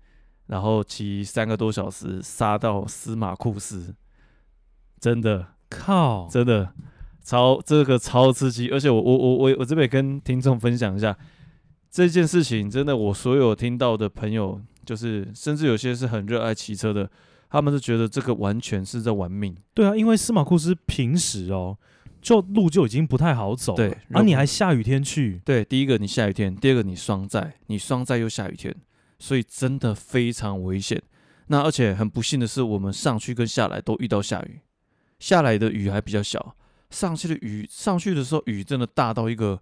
[SPEAKER 1] 然后骑三个多小时杀到司马库斯，真的
[SPEAKER 2] 靠，
[SPEAKER 1] 真的超这个超刺激，而且我我我我我这边也跟听众分享一下这件事情，真的我所有听到的朋友，就是甚至有些是很热爱骑车的，他们是觉得这个完全是在玩命，
[SPEAKER 2] 对啊，因为司马库斯平时哦，就路就已经不太好走了，
[SPEAKER 1] 对
[SPEAKER 2] 然后
[SPEAKER 1] 热
[SPEAKER 2] 你
[SPEAKER 1] 不
[SPEAKER 2] 还下雨天去，
[SPEAKER 1] 对，第一个你下雨天，第二个你双载，你双载又下雨天，所以真的非常危险。那而且很不幸的是，我们上去跟下来都遇到下雨，下来的雨还比较小，上去的雨上去的时候雨真的大到一个，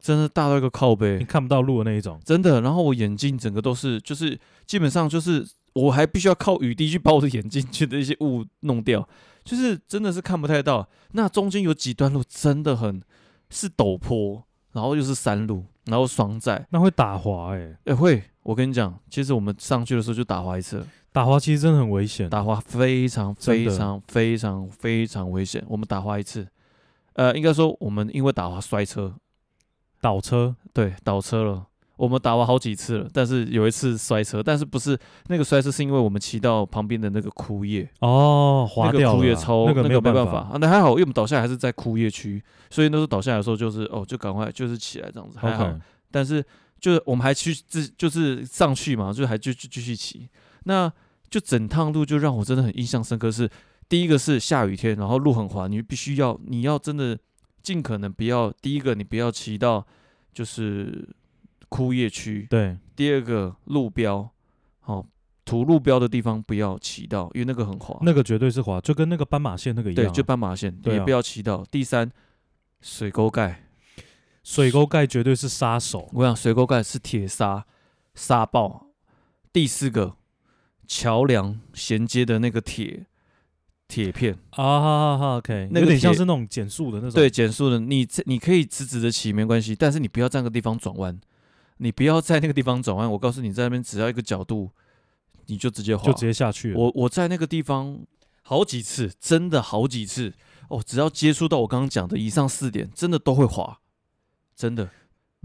[SPEAKER 1] 真的大到一个靠
[SPEAKER 2] 你
[SPEAKER 1] 背，
[SPEAKER 2] 看不到路的那一种，
[SPEAKER 1] 真的。然后我眼镜整个都是，就是基本上就是我还必须要靠雨滴去把我的眼镜去的一些雾弄掉，就是真的是看不太到。那中间有几段路真的很是陡坡，然后又是山路，然后双载。
[SPEAKER 2] 那会打滑哎、
[SPEAKER 1] 哎、会，我跟你讲，其实我们上去的时候就打滑一次了，
[SPEAKER 2] 打滑其实真的很危险。
[SPEAKER 1] 打滑非常
[SPEAKER 2] 真
[SPEAKER 1] 非
[SPEAKER 2] 的
[SPEAKER 1] 常非常非常危险。我们打滑一次，呃，应该说我们因为打滑摔车，
[SPEAKER 2] 倒车
[SPEAKER 1] 对，倒车了。我们打滑好几次了，但是有一次摔车，但是不是那个摔车，是因为我们骑到旁边的那个枯叶，
[SPEAKER 2] 哦，滑
[SPEAKER 1] 那
[SPEAKER 2] 掉
[SPEAKER 1] 个枯
[SPEAKER 2] 了
[SPEAKER 1] 叶
[SPEAKER 2] 啦
[SPEAKER 1] 超
[SPEAKER 2] 那个没有
[SPEAKER 1] 办
[SPEAKER 2] 法，
[SPEAKER 1] 啊那还好，因为我们倒下来还是在枯叶区，所以那时候倒下来的时候就是哦，就赶快就是起来这样子，还好。
[SPEAKER 2] OK，
[SPEAKER 1] 但是就是我们还去自就是上去嘛，就还继继继续骑。那就整趟路就让我真的很印象深刻是，第一个是下雨天，然后路很滑，你必须要你要真的尽可能不要，第一个你不要骑到就是枯叶区，
[SPEAKER 2] 对，
[SPEAKER 1] 第二个路标哦土路标的地方不要骑到，因为那个很滑。
[SPEAKER 2] 那个绝对是滑，就跟那个斑马线那个一样
[SPEAKER 1] 对，
[SPEAKER 2] 啊、
[SPEAKER 1] 就斑马线、
[SPEAKER 2] 对
[SPEAKER 1] 也
[SPEAKER 2] 啊
[SPEAKER 1] 不要骑到。第三，水沟盖，
[SPEAKER 2] 水沟盖绝对是杀手。
[SPEAKER 1] 我想水沟盖是铁砂砂爆。第四个，桥梁衔接的那个铁铁片，
[SPEAKER 2] 啊哈哈哈，OK，
[SPEAKER 1] 那
[SPEAKER 2] 有
[SPEAKER 1] 个
[SPEAKER 2] 点像
[SPEAKER 1] 铁
[SPEAKER 2] 是那种减速的那种，
[SPEAKER 1] 对，，减速的，你这你可以直直的骑没关系，但是你不要在那个地方转弯，你不要在那个地方转弯。我告诉你，在那边只要一个角度，你就直接滑，
[SPEAKER 2] 就直接下去了。
[SPEAKER 1] 我我在那个地方好几次，真的好几次哦，只要接触到我刚刚讲的以上四点，真的都会滑，真的。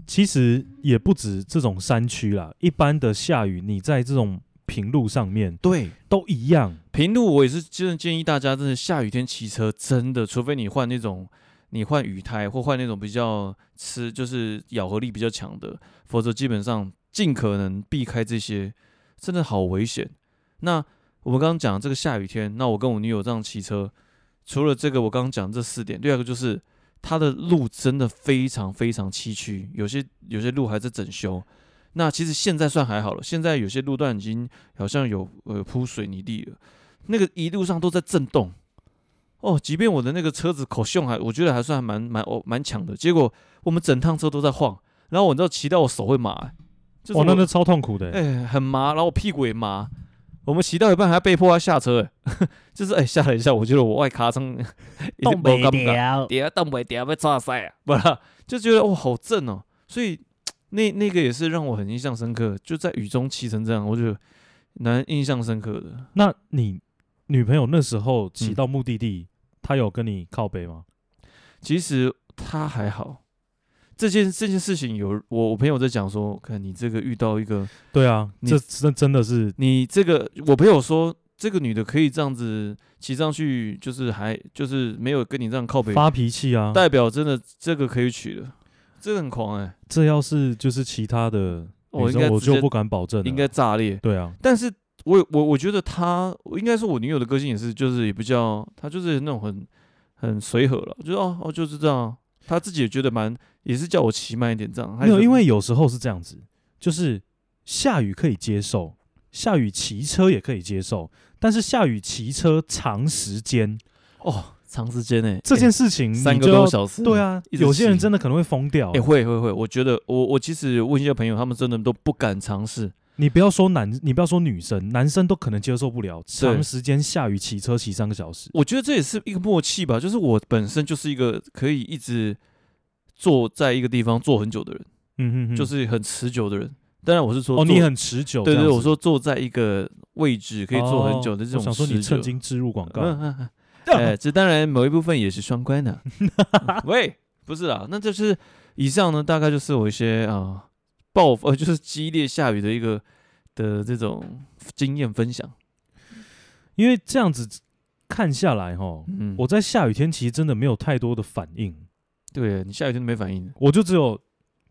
[SPEAKER 2] 其实也不止这种山区啦，一般的下雨，你在这种平路上面
[SPEAKER 1] 对，
[SPEAKER 2] 都一样。
[SPEAKER 1] 平路我也是真的建议大家，真的下雨天骑车，真的，除非你换那种你换雨胎或换那种比较吃就是咬合力比较强的，否则基本上尽可能避开这些，真的好危险。那我们刚刚讲这个下雨天，那我跟我女友这样骑车，除了这个我刚刚讲这四点，第二个就是它的路真的非常非常崎岖，有些有些路还在整修。那其实现在算还好了，现在有些路段已经好像有呃铺水泥地了，那个一路上都在震动。哦，即便我的那个车子口凶还，我觉得还算蛮蛮哦蛮强的。结果我们整趟车都在晃，然后我知道骑到我手会麻、欸，就是
[SPEAKER 2] 哇，那
[SPEAKER 1] 我
[SPEAKER 2] 那超痛苦的欸、
[SPEAKER 1] 哎、很麻，然后我屁股也麻。我们骑到一半还被迫要下车、欸，就是哎、 下了一下，我觉得我外卡上
[SPEAKER 3] 东北
[SPEAKER 1] 感觉
[SPEAKER 3] 调，
[SPEAKER 1] 跌动不掉被抓塞啊，不 啦，就觉得哇好震哦，所以那那个也是让我很印象深刻，就在雨中骑成这样，我觉得蛮印象深刻的。
[SPEAKER 2] 那你女朋友那时候骑
[SPEAKER 1] 嗯
[SPEAKER 2] 到目的地，她有跟你靠北吗？
[SPEAKER 1] 其实他还好，这件这件事情有我我朋友在讲说，看你这个遇到一个
[SPEAKER 2] 对啊，
[SPEAKER 1] 你
[SPEAKER 2] 这真真的是
[SPEAKER 1] 你这个，我朋友说这个女的可以这样子骑上去，就是还就是没有跟你这样靠北，
[SPEAKER 2] 发脾气啊！
[SPEAKER 1] 代表真的这个可以娶了，这个很狂哎、
[SPEAKER 2] 这要是就是其他的
[SPEAKER 1] 我
[SPEAKER 2] 女
[SPEAKER 1] 应该
[SPEAKER 2] 生，我
[SPEAKER 1] 直接
[SPEAKER 2] 就不敢保证了。
[SPEAKER 1] 应该炸裂。
[SPEAKER 2] 对啊，
[SPEAKER 1] 但是我我我觉得她我应该说我女友的个性也是，就是也比较，她就是那种很很随和了，就是哦哦就是这样啊，她自己也觉得蛮，也是叫我骑慢一点这样。她
[SPEAKER 2] 没有，
[SPEAKER 1] 也是
[SPEAKER 2] 因为有时候是这样子，就是下雨可以接受，下雨骑车也可以接受，但是下雨骑车长时间，
[SPEAKER 1] 哦长时间呢，
[SPEAKER 2] 这件事情你就
[SPEAKER 1] 三
[SPEAKER 2] 要，
[SPEAKER 1] 个多小时，
[SPEAKER 2] 对啊，
[SPEAKER 1] 一直
[SPEAKER 2] 有些人
[SPEAKER 1] 洗
[SPEAKER 2] 真的可能会疯掉啊
[SPEAKER 1] 哎、。会会会，我觉得我我其实问一些朋友，他们真的都不敢尝试。
[SPEAKER 2] 你不要说男，你不要说女生，男生都可能接受不了长时间下雨骑车骑三个小时。
[SPEAKER 1] 我觉得这也是一个默契吧，就是我本身就是一个可以一直坐在一个地方坐很久的人，
[SPEAKER 2] 嗯哼哼，
[SPEAKER 1] 就是很持久的人。当然我是说
[SPEAKER 2] 哦，
[SPEAKER 1] 坐
[SPEAKER 2] 你很持久。
[SPEAKER 1] 对
[SPEAKER 2] 这
[SPEAKER 1] 对，
[SPEAKER 2] 样子
[SPEAKER 1] 我说坐在一个位置可以坐很久的这种
[SPEAKER 2] 哦
[SPEAKER 1] 持久，
[SPEAKER 2] 我想说你趁机植入广告。啊
[SPEAKER 1] 嗯嗯嗯哎，这当然某一部分也是双关 的、嗯喂，不是啦，那就是以上呢，大概就是我一些啊、暴呃就是激烈下雨的一个的这种经验分享。
[SPEAKER 2] 因为这样子看下来哈，
[SPEAKER 1] 嗯，
[SPEAKER 2] 我在下雨天其实真的没有太多的反应，
[SPEAKER 1] 对你下雨天都没反应，
[SPEAKER 2] 我就只有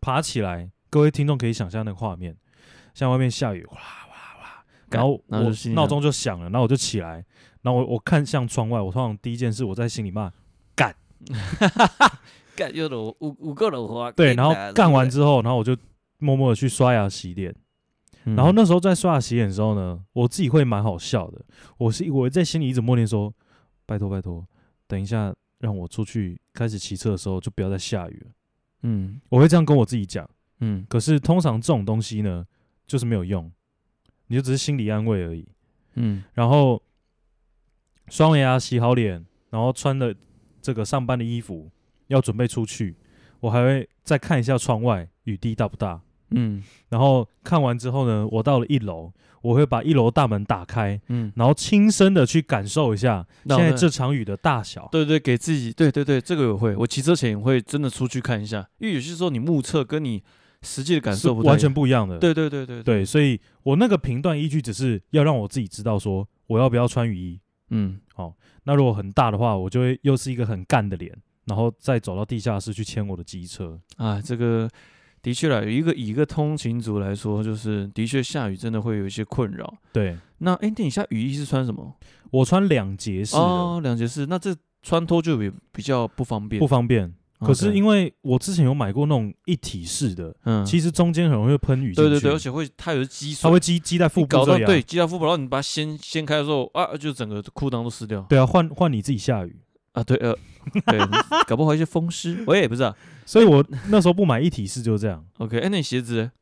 [SPEAKER 2] 爬起来。各位听众可以想象那个画面，像外面下雨，哗啦哗啦哗啦，然后
[SPEAKER 1] 然后就
[SPEAKER 2] 我
[SPEAKER 1] 心里
[SPEAKER 2] 闹
[SPEAKER 1] 想
[SPEAKER 2] 钟就响了，然后我就起来，然后我我看向窗外，我通常第一件事我在心里骂，
[SPEAKER 1] 干又楼五五个楼花。
[SPEAKER 2] 对，然后干完之后，然后我就默默的去刷牙洗脸。
[SPEAKER 1] 嗯
[SPEAKER 2] 然后那时候在刷牙洗脸的时候呢，我自己会蛮好笑的。我是我在心里一直默念说：“拜托拜托，等一下让我出去开始骑车的时候就不要再下雨了。
[SPEAKER 1] 嗯”
[SPEAKER 2] 我会这样跟我自己讲。
[SPEAKER 1] 嗯，
[SPEAKER 2] 可是通常这种东西呢，就是没有用，你就只是心理安慰而已。
[SPEAKER 1] 嗯，
[SPEAKER 2] 然后刷完牙、洗好脸，然后穿了这个上班的衣服，要准备出去，我还会再看一下窗外雨滴大不大。
[SPEAKER 1] 嗯
[SPEAKER 2] 然后看完之后呢，我到了一楼，我会把一楼大门打开，
[SPEAKER 1] 嗯，
[SPEAKER 2] 然后亲身的去感受一下
[SPEAKER 1] 那
[SPEAKER 2] 现
[SPEAKER 1] 我
[SPEAKER 2] 在
[SPEAKER 1] 再
[SPEAKER 2] 这场雨的大小。
[SPEAKER 1] 对对，给自己，对对对，这个我会，我骑车前也会真的出去看一下，因为有些时候你目测跟你实际的感
[SPEAKER 2] 是
[SPEAKER 1] 受不太
[SPEAKER 2] 完
[SPEAKER 1] 一
[SPEAKER 2] 全
[SPEAKER 1] 样
[SPEAKER 2] 不一样的。
[SPEAKER 1] 对对对对，
[SPEAKER 2] 对，所以我那个评断依据只是要让我自己知道说我要不要穿雨衣。
[SPEAKER 1] 嗯
[SPEAKER 2] 那如果很大的话，我就会又是一个很干的脸，然后再走到地下室去牵我的机车。
[SPEAKER 1] 啊，这个的确啦，有一个以一个通勤族来说，就是的确下雨真的会有一些困扰。
[SPEAKER 2] 对
[SPEAKER 1] 那哎，那你下雨衣是穿什么？
[SPEAKER 2] 我穿两节式的、
[SPEAKER 1] 哦，两节式，那这穿脱就比比较不方便啊
[SPEAKER 2] 不。方便，可是
[SPEAKER 1] 为
[SPEAKER 2] 因为我之前有买过那种一体式的，
[SPEAKER 1] 嗯，
[SPEAKER 2] 其实中间很容易会喷雨进去，
[SPEAKER 1] 对对对，而且会它有积水，
[SPEAKER 2] 它会积积在腹
[SPEAKER 1] 你搞
[SPEAKER 2] 部
[SPEAKER 1] 到
[SPEAKER 2] 这里、啊。
[SPEAKER 1] 对积到腹部，然后你把它掀掀开的时候啊，就整个裤裆都湿掉。
[SPEAKER 2] 对啊，换换你自己下雨。
[SPEAKER 1] 啊，对呃，对， 搞不好一些风湿，我也不知道。
[SPEAKER 2] 所以我 那时候不买一体式就是这样。
[SPEAKER 1] OK，哎，那你鞋子呢，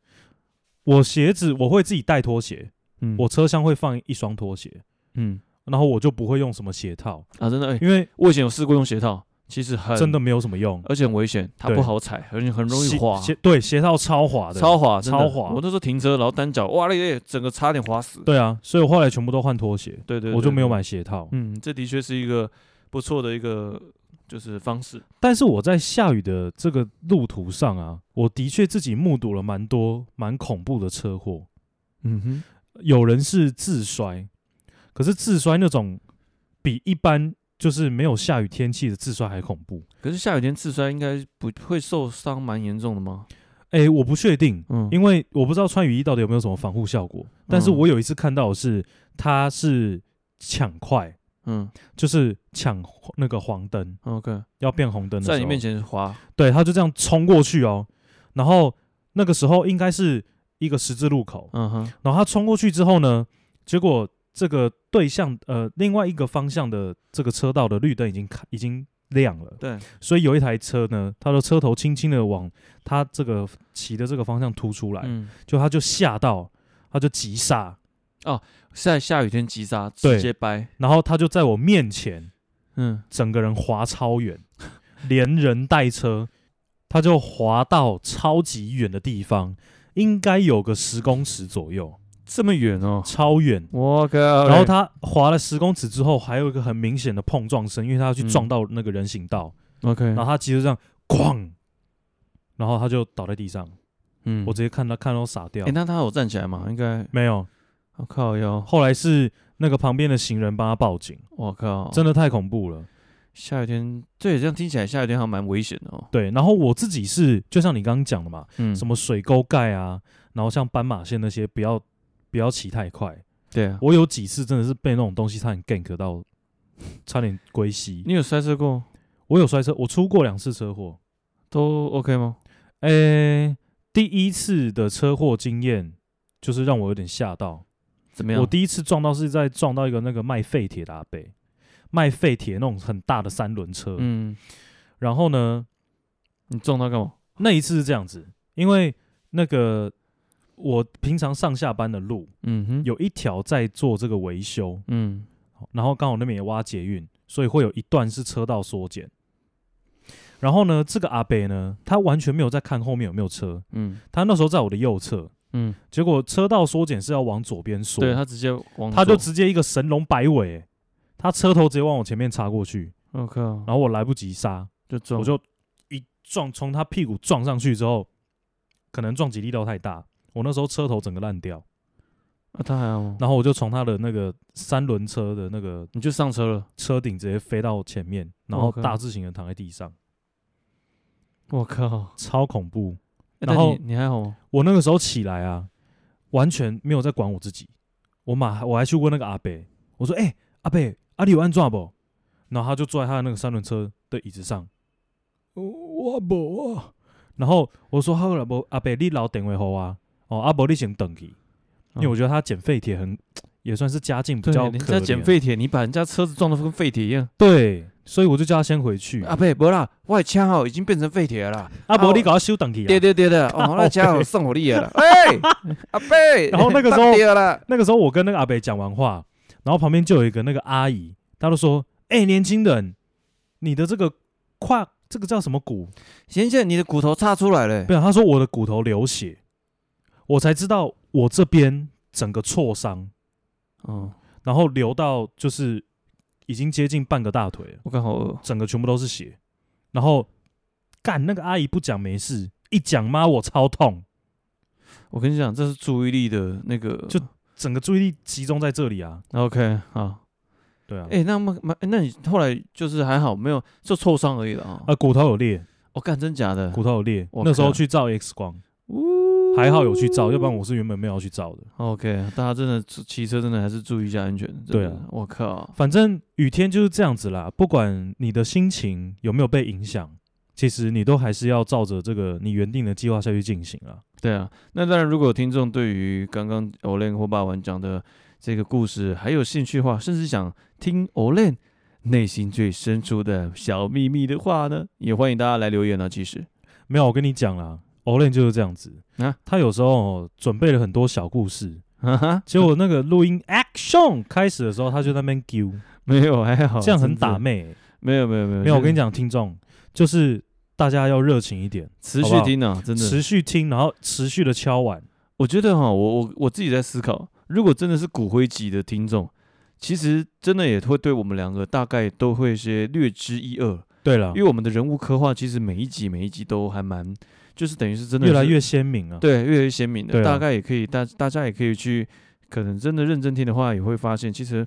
[SPEAKER 2] 我鞋子我会自己带拖鞋，
[SPEAKER 1] 嗯
[SPEAKER 2] 我车厢会放一双拖鞋，
[SPEAKER 1] 嗯
[SPEAKER 2] 然后我就不会用什么鞋套，
[SPEAKER 1] 啊，真的，哎，
[SPEAKER 2] 因为
[SPEAKER 1] 我以前有试过用鞋套，其实很
[SPEAKER 2] 真的，没有什么用，
[SPEAKER 1] 而且很危险，它
[SPEAKER 2] 对
[SPEAKER 1] 不好踩，而且很容易
[SPEAKER 2] 鞋
[SPEAKER 1] 滑。
[SPEAKER 2] 鞋对鞋套超滑的，
[SPEAKER 1] 超滑，真的
[SPEAKER 2] 超滑
[SPEAKER 1] 我那时候停车，然后单脚，哇嘞，哎整个差点滑死。
[SPEAKER 2] 对啊，所以我后来全部都换拖鞋，
[SPEAKER 1] 对对
[SPEAKER 2] 我就没有。
[SPEAKER 1] 对
[SPEAKER 2] 买鞋套。
[SPEAKER 1] 嗯，这的确是一个不错的一个就是方式。
[SPEAKER 2] 但是我在下雨的这个路途上啊，我的确自己目睹了蛮多蛮恐怖的车祸，
[SPEAKER 1] 嗯哼，
[SPEAKER 2] 有人是自摔，可是自摔那种比一般就是没有下雨天气的自摔还恐怖。
[SPEAKER 1] 可是下雨天自摔应该不会受伤，蛮严重的吗？
[SPEAKER 2] 哎、我不确定，
[SPEAKER 1] 嗯，
[SPEAKER 2] 因为我不知道穿雨衣到底有没有什么防护效果。但是
[SPEAKER 1] 嗯
[SPEAKER 2] 我有一次看到的是，他是抢快，
[SPEAKER 1] 嗯
[SPEAKER 2] 就是抢那个黄灯
[SPEAKER 1] ，OK，
[SPEAKER 2] 要变红灯的时候，
[SPEAKER 1] 在你面，前滑，
[SPEAKER 2] 对，他就这样冲过去哦。然后那个时候应该是一个十字路口，
[SPEAKER 1] 嗯哼，
[SPEAKER 2] 然后他冲过去之后呢，结果这个对向呃另外一个方向的这个车道的绿灯已经开已经亮了，
[SPEAKER 1] 对，
[SPEAKER 2] 所以有一台车呢，它的车头轻轻的往他这个骑的这个方向突出来，
[SPEAKER 1] 嗯，
[SPEAKER 2] 就他就吓到，他就急刹，
[SPEAKER 1] 在下雨天急刹，
[SPEAKER 2] 对
[SPEAKER 1] 直接掰，
[SPEAKER 2] 然后他就在我面前
[SPEAKER 1] 嗯，
[SPEAKER 2] 整个人滑超远， 连人带车，他就滑到超级远的地方，应该有个十公尺左右，
[SPEAKER 1] 这么远哦，
[SPEAKER 2] 超远。
[SPEAKER 1] 我靠，然
[SPEAKER 2] 然后他滑了十公尺之后，还有一个很明显的碰撞声，因为他要去
[SPEAKER 1] 嗯
[SPEAKER 2] 撞到那个人行道，
[SPEAKER 1] OK，
[SPEAKER 2] 然后他骑车这样哐，然后他就倒在地上，
[SPEAKER 1] 嗯
[SPEAKER 2] 我直接看他看到傻掉
[SPEAKER 1] 哎，。那他有站起来吗？应该，
[SPEAKER 2] 没有，
[SPEAKER 1] 我靠哟，
[SPEAKER 2] 后来是那个旁边的行人帮他报警，
[SPEAKER 1] 我靠，
[SPEAKER 2] 真的太恐怖了。
[SPEAKER 1] 下雨天，对，这样听起来下雨天还蛮危险的哦。
[SPEAKER 2] 对，然后我自己是就像你刚刚讲的嘛，
[SPEAKER 1] 嗯
[SPEAKER 2] 什么水沟盖啊，然后像斑马线那些，不要不要骑太快。
[SPEAKER 1] 对啊，
[SPEAKER 2] 我有几次真的是被那种东西差点 gank 到，差点归西。
[SPEAKER 1] 你有塞车过
[SPEAKER 2] 我有摔车，我出过两次车祸。
[SPEAKER 1] 都 OK 吗？
[SPEAKER 2] 诶、第一次的车祸经验就是让我有点吓到。
[SPEAKER 1] 怎么样？
[SPEAKER 2] 我第一次撞到是在撞到一个那个卖废铁的阿伯，卖废铁那种很大的三轮车。
[SPEAKER 1] 嗯，
[SPEAKER 2] 然后呢，
[SPEAKER 1] 你撞他干嘛？
[SPEAKER 2] 那一次是这样子，因为那个我平常上下班的路
[SPEAKER 1] 嗯哼，，
[SPEAKER 2] 有一条在做这个维修，
[SPEAKER 1] 嗯
[SPEAKER 2] 然后刚好那边也挖捷运，所以会有一段是车道缩减。然后呢，这个阿北呢，他完全没有在看后面有没有车，
[SPEAKER 1] 嗯
[SPEAKER 2] 他那时候在我的右侧，
[SPEAKER 1] 嗯，
[SPEAKER 2] 结果车道缩减是要往左边缩，
[SPEAKER 1] 对他直接往左，
[SPEAKER 2] 他就直接一个神龙摆尾、欸他车头直接往我前面插过去，
[SPEAKER 1] 我靠，
[SPEAKER 2] 然后我来不及刹，
[SPEAKER 1] 就撞，
[SPEAKER 2] 我就一撞，从他屁股撞上去之后，可能撞击力道太大，我那时候车头整个烂掉，
[SPEAKER 1] 啊他还好吗？
[SPEAKER 2] 然后我就从他的那个三轮车的那个
[SPEAKER 1] 你就上车了，
[SPEAKER 2] 车顶直接飞到前面，然后
[SPEAKER 1] OK
[SPEAKER 2] 大字型的躺在地上，
[SPEAKER 1] 我靠，
[SPEAKER 2] 超恐怖。
[SPEAKER 1] 欸但
[SPEAKER 2] 然后
[SPEAKER 1] 你你还好吗？
[SPEAKER 2] 我那个时候起来啊，完全没有在管我自己，我马我还去问那个阿北，我说：“哎、阿北，阿、啊、里有安装不？”然后他就坐在他的那个三轮车的椅子上，我我无啊。然后我说：“好了，无阿北，你老电话给我啊。哦，阿伯你先等去，因为我觉得他捡废铁很也算是家境
[SPEAKER 1] 哦
[SPEAKER 2] 比
[SPEAKER 1] 对，
[SPEAKER 2] 较
[SPEAKER 1] 人
[SPEAKER 2] 可
[SPEAKER 1] 家捡
[SPEAKER 2] 怜，
[SPEAKER 1] 废铁，你把人家车子撞得跟废铁一样。
[SPEAKER 2] 对，所以我就叫他先回去。
[SPEAKER 1] 啊，不，不啦，我的车哦已经变成废铁了啦。
[SPEAKER 2] 阿伯、
[SPEAKER 1] 啊
[SPEAKER 2] 你搞修等去啊。
[SPEAKER 1] 对对对的， 哦，那家伙送火力了啦， 哎，阿贝，
[SPEAKER 2] 然后那个时候
[SPEAKER 1] 当掉了，
[SPEAKER 2] 那个时候我跟那个阿北讲完话，然后旁边就有一个那个阿姨，她就说：“哎、年轻人，你的这个胯，这个叫什么骨？
[SPEAKER 1] 贤贤，你的骨头岔出来了
[SPEAKER 2] 不，，想，她说我的骨头流血，我才知道我这边整个挫伤，
[SPEAKER 1] 嗯，
[SPEAKER 2] 然后流到就是已经接近半个大腿了，
[SPEAKER 1] 我刚好饿，
[SPEAKER 2] 整个全部都是血。然后干那个阿姨不讲没事，一讲妈我超痛，
[SPEAKER 1] 我跟你讲，这是注意力的那个，
[SPEAKER 2] 就整个注意力集中在这里啊。
[SPEAKER 1] OK 好。
[SPEAKER 2] 对啊，
[SPEAKER 1] 哎、那么蛮，那你后来就是还好，没有就挫伤而已了啊。
[SPEAKER 2] 呃，骨头有裂，
[SPEAKER 1] 我、干，真假的？
[SPEAKER 2] 骨头有裂，
[SPEAKER 1] 我
[SPEAKER 2] 那时候
[SPEAKER 1] 靠
[SPEAKER 2] 去照 X 光。
[SPEAKER 1] 呜
[SPEAKER 2] 还好有去照，要不然我是原本没有要去照的。
[SPEAKER 1] OK，大家真的骑骑车真的还是注意一下安全。真的
[SPEAKER 2] 对啊
[SPEAKER 1] 我靠，
[SPEAKER 2] 反正雨天就是这样子啦，不管你的心情有没有被影响，其实你都还是要照着这个你原定的计划下去进行啊。
[SPEAKER 1] 对啊。那当然，如果有听众对于刚刚 Olen 或霸王讲的这个故事还有兴趣的话，甚至想听 Olen 内心最深处的小秘密的话呢，也欢迎大家来留言啊。其实，
[SPEAKER 2] 没有，我跟你讲啦，Olen 就是这样子
[SPEAKER 1] 啊
[SPEAKER 2] 他有时候哦准备了很多小故事，
[SPEAKER 1] 哈哈，
[SPEAKER 2] 结果那个录音 action 开始的时候，他就在那边丢，
[SPEAKER 1] 没有还好，
[SPEAKER 2] 这样
[SPEAKER 1] 哦
[SPEAKER 2] 很
[SPEAKER 1] 真的
[SPEAKER 2] 打妹欸、
[SPEAKER 1] 没有没有没有
[SPEAKER 2] 没有，我跟你
[SPEAKER 1] 讲，
[SPEAKER 2] 讲，听众就是大家要热情一点，
[SPEAKER 1] 持
[SPEAKER 2] 好
[SPEAKER 1] 续
[SPEAKER 2] 不好
[SPEAKER 1] 听啊，真的
[SPEAKER 2] 持续听，然后持续的敲碗。
[SPEAKER 1] 我觉得哈，我我我自己在思考，如果真的是骨灰级的听众，其实真的也会对我们两个大概都会些略知一二，
[SPEAKER 2] 对了
[SPEAKER 1] 因，为我们的人物刻画其实每一集每一集都还蛮，就是等于是真的
[SPEAKER 2] 越来
[SPEAKER 1] 是
[SPEAKER 2] 越鲜明啊。
[SPEAKER 1] 对越来越鲜明的，
[SPEAKER 2] 对啊
[SPEAKER 1] 大概也可以大大家也可以去，可能真的认真听的话，也会发现其实。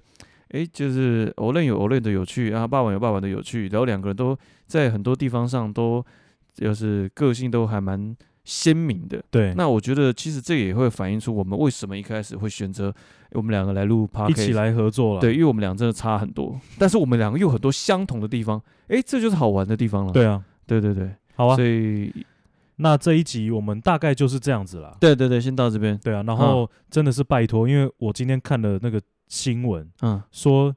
[SPEAKER 1] 诶，就是偶论有偶论的有趣啊，霸王有霸王的有趣，然后两个人都在很多地方上都，就是个性都还蛮鲜明的，
[SPEAKER 2] 对，
[SPEAKER 1] 那我觉得其实这也会反映出我们为什么一开始会选择我们两个来录 p o
[SPEAKER 2] 一
[SPEAKER 1] d c a
[SPEAKER 2] 起
[SPEAKER 1] s t
[SPEAKER 2] 来合作了。
[SPEAKER 1] 对，因为我们俩真的差很多，但是我们两个又有很多相同的地方，诶，这就是好玩的地方了。
[SPEAKER 2] 对啊，
[SPEAKER 1] 对对对，
[SPEAKER 2] 好啊
[SPEAKER 1] 所，以
[SPEAKER 2] 那这一集我们大概就是这样子啦。
[SPEAKER 1] 对对对，先到这边。
[SPEAKER 2] 对啊，然后真的是拜托，因为我今天看了那个新闻，
[SPEAKER 1] 嗯
[SPEAKER 2] 说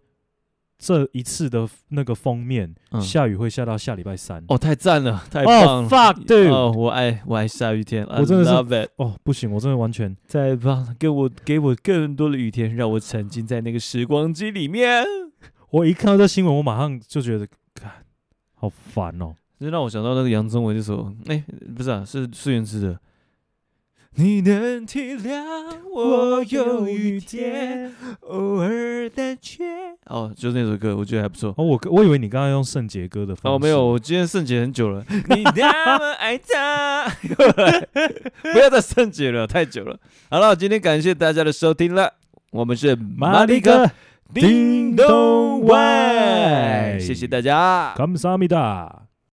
[SPEAKER 2] 这一次的那个封面、
[SPEAKER 1] 嗯，
[SPEAKER 2] 下雨会下到下礼拜三。
[SPEAKER 1] 哦，太赞了，太棒
[SPEAKER 2] 哦
[SPEAKER 1] 了。
[SPEAKER 2] fuck dude！
[SPEAKER 1] 哦，我爱我爱下雨天，I
[SPEAKER 2] 我真的是
[SPEAKER 1] love it，
[SPEAKER 2] 哦，不行，我真的完全
[SPEAKER 1] 太棒了，给我给我更多的雨天，让我沉浸在那个时光机里面。
[SPEAKER 2] 我一看到这新闻，我马上就觉得，干好烦哦。
[SPEAKER 1] 这让我想到那个杨宗纬那首，哎、不是啊，是孙燕姿的。你能体谅我有雨天，，偶尔胆怯。哦，就是那首歌，我觉得还不错。
[SPEAKER 2] 哦，我我以为你刚刚用圣杰歌的方式，
[SPEAKER 1] 哦，没有，，我今天圣洁很久了。你那么爱他， 不要再圣洁了，太久了。好了，今天感谢大家的收听了，我们是
[SPEAKER 2] 马
[SPEAKER 1] 马
[SPEAKER 2] 里
[SPEAKER 1] 里
[SPEAKER 2] 哥
[SPEAKER 1] 哥，叮
[SPEAKER 2] 叮
[SPEAKER 1] 咚
[SPEAKER 2] 咚外
[SPEAKER 1] 外，谢谢大家，
[SPEAKER 2] 感谢阿弥达。